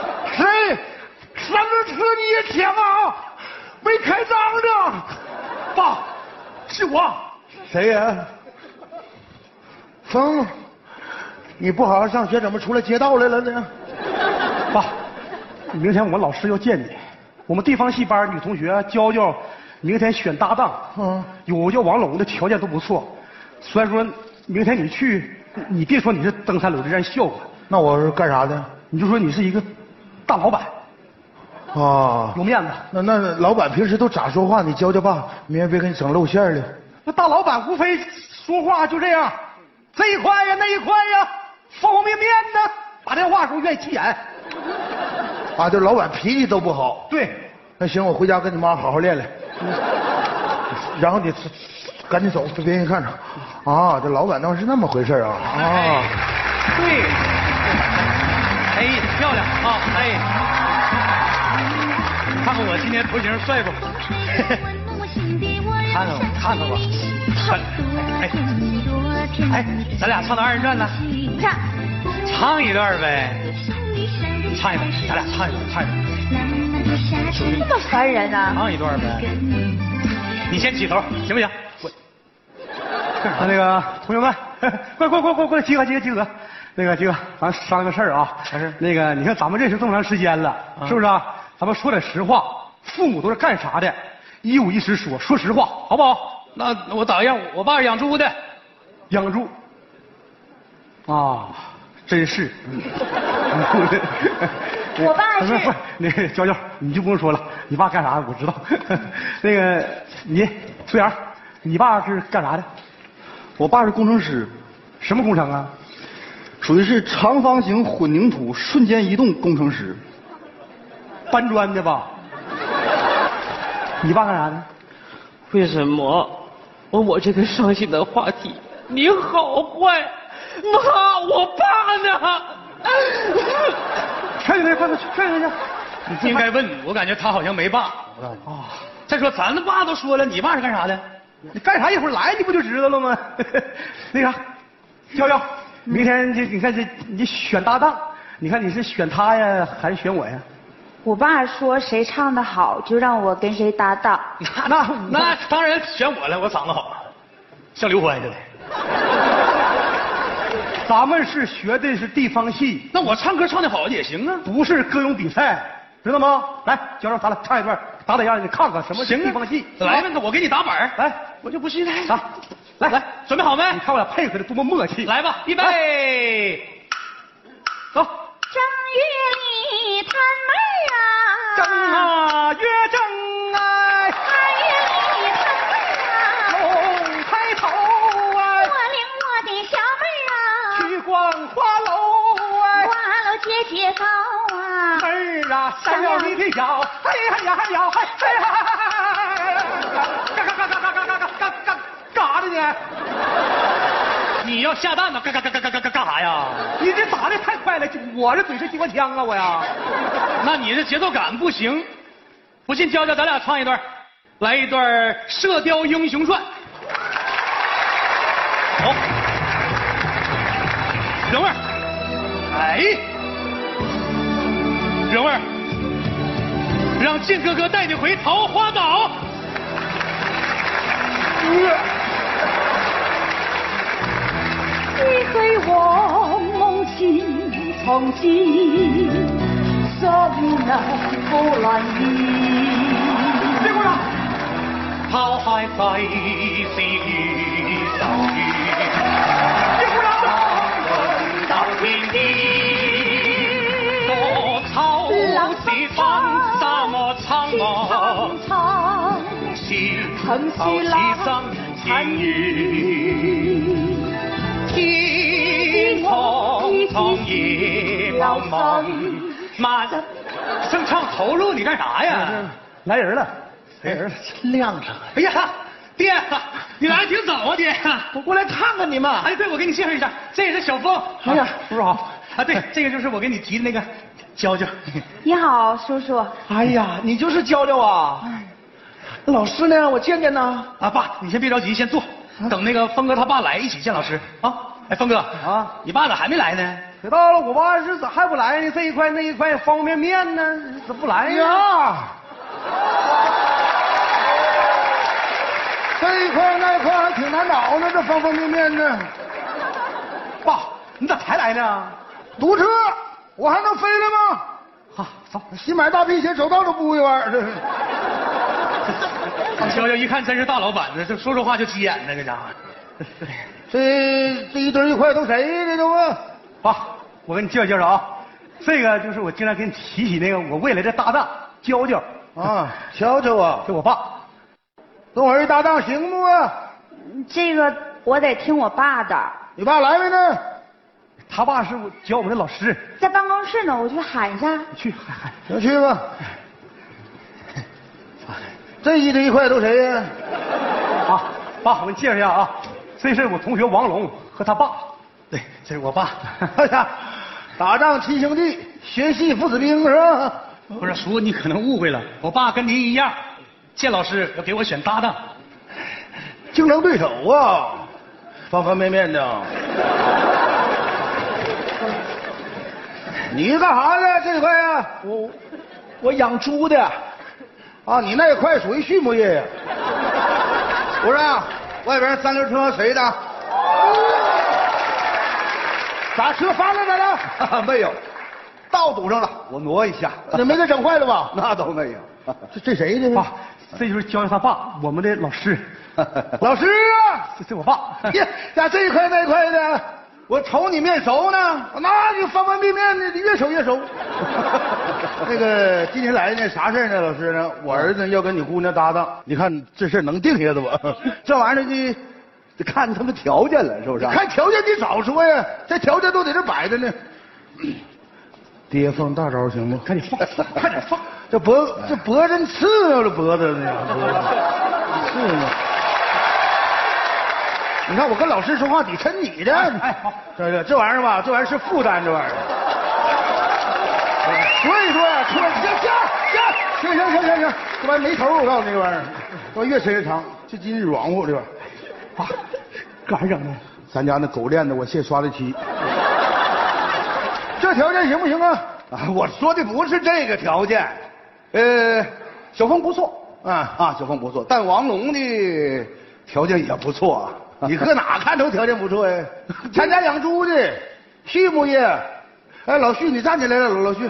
哎啊是我，谁呀？疯了！你不好好上学，怎么出来劫道来了呢？爸，明天我们老师要见你，我们地方戏班女同学娇娇，明天选搭档，嗯有叫王龙的条件都不错，虽然说明天你去，你别说你是登山轮之战笑话，那我是干啥的？你就说你是一个大老板，啊，有面子。那那老板平时都咋说话？你教教爸，明天别给你整露馅儿了。那大老板无非说话就这样，这一块呀，那一块呀，方方面面的。打电话的时候愿意急眼，啊，这老板脾气都不好。对，那行，我回家跟你妈好好练练。 然后你赶紧走，别人看着。啊，这老板当时那么回事儿啊哦啊！对， 哎，漂亮啊！哎，看看我今天头型帅不？看看我，看看我，哎，哎哎，咱俩唱段二人转呢，唱，唱一段呗，唱唱一一段咱段，，咱俩俩唱唱一一段段，。唱一段，这么烦人啊！唱一段呗。你先起头，行不行？我 那那个同学们， 快快快快快，集合集合集合！那个集合，咱商量个事儿啊。啥事儿那个，你看咱们认识这么长时间了，是不是啊？咱们说点实话，父母都是干啥的，一五一十说，说实话，好不好？那我咋样？我爸养猪的，养猪。啊，真是。我爸是 不不，那个娇娇，你就不用说了，你爸干啥的我知道。 那个你翠儿，你爸是干啥的？我爸是工程师，什么工程啊？属于是长方形混凝土瞬间移动工程师。搬砖的吧？你爸干啥的？为什么问我这个伤心的话题？你好坏，妈，我爸呢？劝劝他，快快去劝劝去。应该问。我感觉他好像没爸。啊，再说咱的爸都说了，你爸是干啥的？你干啥一会儿来你不就知道了吗？ 那啥，娇嗯娇，明天这你看这你选搭档，你看你是选他呀，还是选我呀？我爸说谁唱的好就让我跟谁搭档。那那那当然选我了，我嗓子好，啊像刘欢似的。 咱们是学的是地方戏，那我唱歌唱的好也行啊。不是歌咏比赛，知道吗？来，娇娇，咱俩唱一段，打打样，你看看什么是行啊地方戏。来吧，那我给你打板儿来，我就不信赖。来，来来，准备好没？你看我俩配合的多么默契。来吧，预备，走。正月里摊正妹儿啊，啊，月正哎，二月里摊妹儿啊，龙抬头我哎，领我的小妹儿啊，去逛花楼哎，花楼节节高啊，妹儿啊，闪亮你的脚，哎嗨呀嗨呀嗨嗨嗨，干干干干干干干干干干啥的呢？你要下蛋呢？干干干干干干干干啥呀？你这打的太快了，我这嘴是机关枪啊我呀！那你这节奏感不行，不信教教咱俩唱一段，来一段《射雕英雄传》。好，蓉儿，哎，蓉儿，让靖哥哥带你回桃花岛。一醉黄梦似曾知，相能好难依。别过来，抛开世事与愁怨，别过来！到天边。多愁是春，沙漠苍茫，笑愁此生千语。天苍苍野茫茫，妈的，正唱投入，你干啥呀？来人了，哎，儿子晾上。哎呀，爹，你来挺早啊，爹。我过来看看你们。哎，对，我给你介绍一下，这个是小峰。哎呀，叔叔好。啊，对，这个就是我给你提的那个娇娇。你好，叔叔。哎呀，你就是娇娇啊？老师呢？我见见呢。 啊，爸，你先别着急，先坐，啊等那个峰哥他爸来一起见老师啊。哎，峰哥啊你爸咋还没来呢？知道了，我爸是咋还不来呢？这一块那一块方便面呢，怎么不来呀？呀！这这一块那一块还挺难找呢，这方方面面呢。 爸，你咋才来呢？堵车，我还能飞了吗？哈，走，新买大皮鞋，走道都不会弯儿， 这是。娇娇一看真是大老板呢，这说说话就急眼呢，这家伙。这这一堆一块都谁的都啊？爸，我跟你介绍介绍啊，这个就是我经常跟你提起那个我未来的搭档娇娇，啊，瞧瞧啊，这我爸。跟我儿搭档行不啊？这个我得听我爸的，你爸来没呢？他爸是我教我们的老师，在办公室呢，我去喊一下。你去喊喊。行，去吧。 这一堆一块都谁呀、啊，爸，我给你介绍一下啊，这是我同学王龙和他爸。对，这是我爸。 哎呀，打仗亲兄弟，学戏父子兵是吧？不是叔，你可能误会了，我爸跟您一样，见老师要给我选搭档。竞争对手啊，方方面面的。嗯你干啥的？这块呀、我我养猪的。啊，你那块属于畜牧业呀、不是、啊，外边三轮车谁的？咋车翻了来了？ 没有，道堵上了，我挪一下。你没给整坏了吧？ 那倒没有。啊这这谁的？ 爸，这就是教教他爸，我们的老师。老师啊！这这我爸。 呀，咋这一块那一块的？我瞅你面熟呢，那就方方面面的，你越瞅越熟。 那个今天来呢，啥事儿呢，老师呢？我儿子要跟你姑娘搭档，你看这事儿能定下的不？ 这玩意儿呢，得看他们条件了，是不是？啊看条件你早说呀，这条件都在这摆着呢。爹放大招行吗？赶紧放，快点放。这脖这脖子刺挠了 脖子呢，脖子刺挠。你看我跟老师说话得抻你的，哎好这这这玩意儿吧，这玩意儿是负担，这玩意儿。哎所以说呀，出来行行行行行行行，这玩意儿没头儿，我告诉你，这玩意儿，这玩意儿越抻越长，这筋软乎，这玩意儿。爸，干啥整的？咱家那狗链子我现刷的漆， 这条件行不行啊？啊，我说的不是这个条件，呃，小峰不错，啊啊，小峰不错，但王龙的条件也不错 啊。你搁哪看都条件不错 呀、咱家养猪的，畜牧业。哎，老旭，你站起来了，老老旭，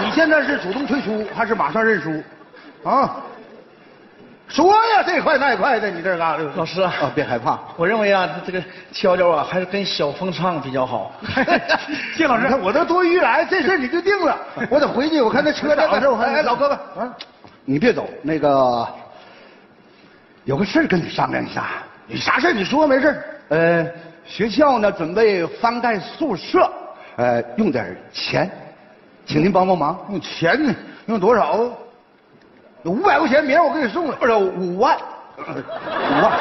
你现在是主动退出还是马上认输？啊，说呀，这块那块的，你这嘎达。老师啊别害怕。我认为啊，这个娇娇啊，还是跟小峰唱比较 好。 谢老师，我都多余来，这事儿你就定 了。我得回去，我看那车在哪儿。哎，老哥们，啊，你别走，那个有个事儿跟你商量一下。你啥事儿你说，没事儿。呃，学校呢准备翻盖宿舍，呃，用点钱，请您帮帮忙。用钱呢？用多少？有五百块钱，明儿我给你送了。不是五万，五万，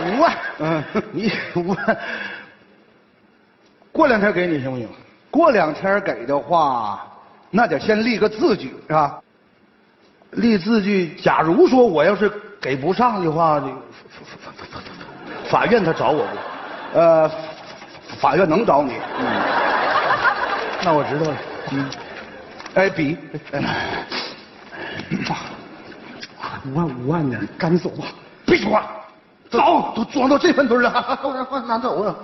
五万。嗯，你五万。过两天给你行不行？过两天给的话，那得先立个字据啊。立字据，假如说我要是给不上的话，这个法院他找我不？呃，法法院能找你。嗯， 那我知道了。嗯，哎，笔，哎五万五万的，赶紧走吧。别说话，走，都装到这份堆了， 后来换拿走啊。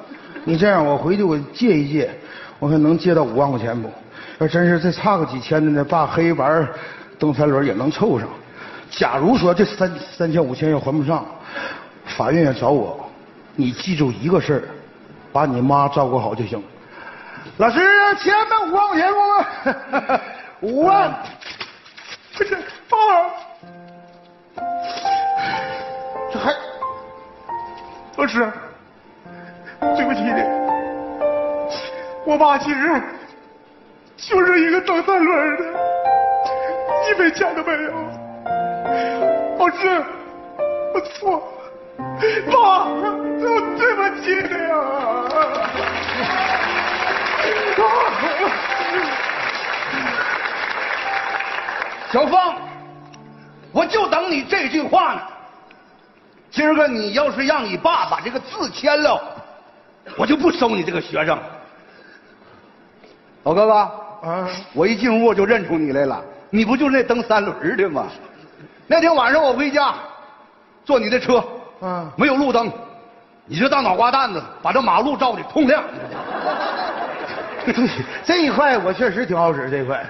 你这样，我回去我借一借，我看能借到五万块钱不？要真是再差个几千的呢，爸黑白儿蹬三轮也能凑上。假如说这三三千五千要还不上，法院要找我，你记住一个事儿，把你妈照顾好就行。老师，钱那五万块钱不？ 五万，不是爸。这还，老师，对不起你，我爸其实就是一个蹬三轮的，一分钱都没有。老师，我错，了，爸，我对不起你啊！小芳，我就等你这句话呢。今儿个你要是让你爸把这个字签了，我就不收你这个学生。老哥哥，啊我一进屋我就认出你来了，你不就是那蹬三轮儿的吗？那天晚上我回家，坐你的车，啊嗯没有路灯，你就当脑瓜蛋子，把这马路照的通亮。这一块我确实挺好使，这一块。